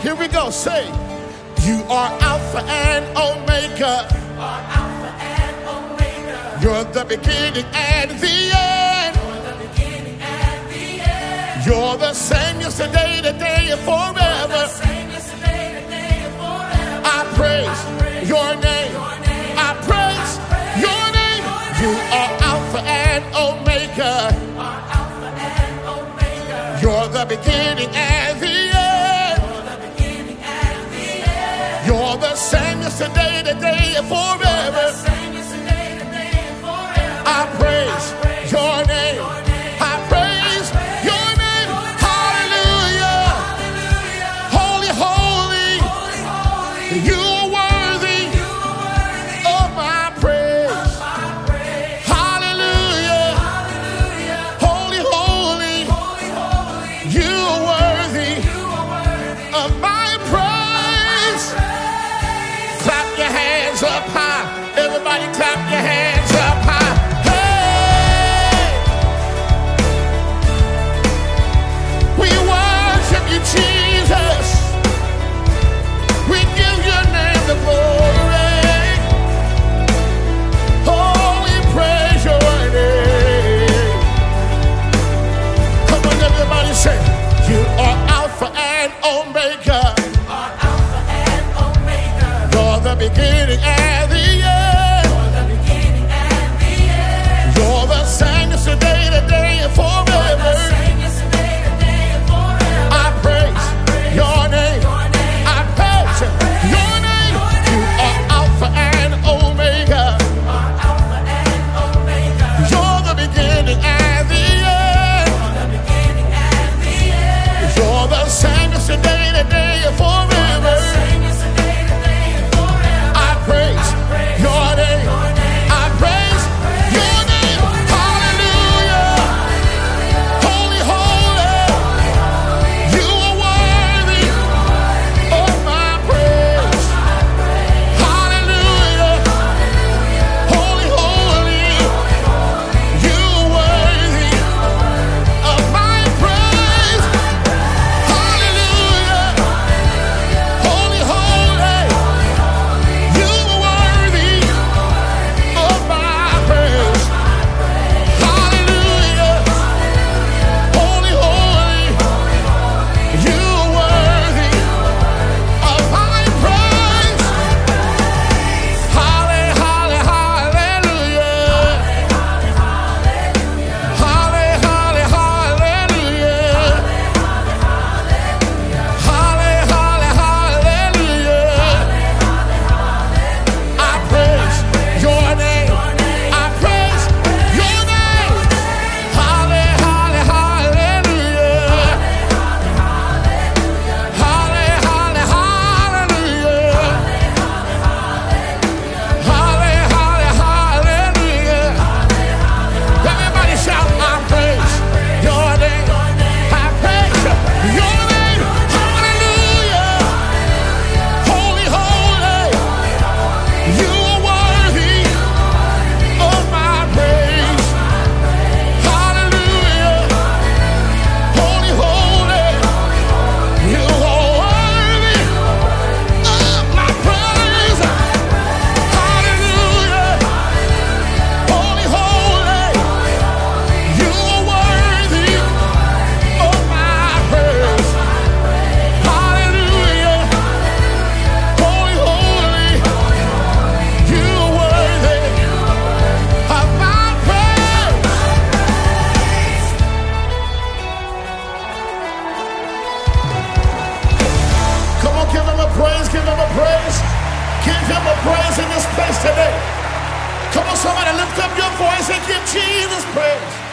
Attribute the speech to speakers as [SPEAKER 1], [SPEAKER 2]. [SPEAKER 1] Here we go. Say, You are Alpha and Omega. You're the beginning and the end. You're the same yesterday, today, and forever. I praise your name. I praise your name. You are Alpha and Omega. You're the beginning and the end. You're the same yesterday, today, and forever. I praise your name. I praise your name. Hallelujah. Holy, holy, you are worthy of my praise. Hallelujah. Holy, holy, you are worthy of my praise. Clap your hands up high. Everybody clap your hands up high. Hey! We worship you, Jesus. We give your name the glory. Oh, we praise your name. Come on, everybody say, You are Alpha and Omega. You're the beginning and the end. You're the same yesterday, today, and forever. I praise your name. I praise your name. You are Alpha and Omega. You're the beginning and the end. You're the same yesterday, today, and forever. I praise your name. I praise your name. Hallelujah. Holy, holy. You are worthy of my praise. Hallelujah. Holy, holy. You are worthy of my praise. Hallelujah. Holy, holy. You are worthy of my praise. Hallelujah. Holy, holy. You are worthy of my praise. Halle- halle- hallelujah. Halle- halle- hallelujah. Halle- halle- hallelujah. I praise your name. I praise your name. Halle, halle, hallelujah. Halle, halle, hallelujah. Halle, halle, hallelujah. Everybody shout, I praise your name. I praise your name. Hallelujah. Holy, holy. You are worthy of my praise. Hallelujah. Holy, holy. You are worthy of my praise. Hallelujah. Holy, holy. You are worthy of my praise. Hallelujah. Holy, holy. You are worthy of my praise. Come on, give him a praise, give him a praise. Give him a praise in this place today. Come on, somebody lift up your voice and give Jesus praise.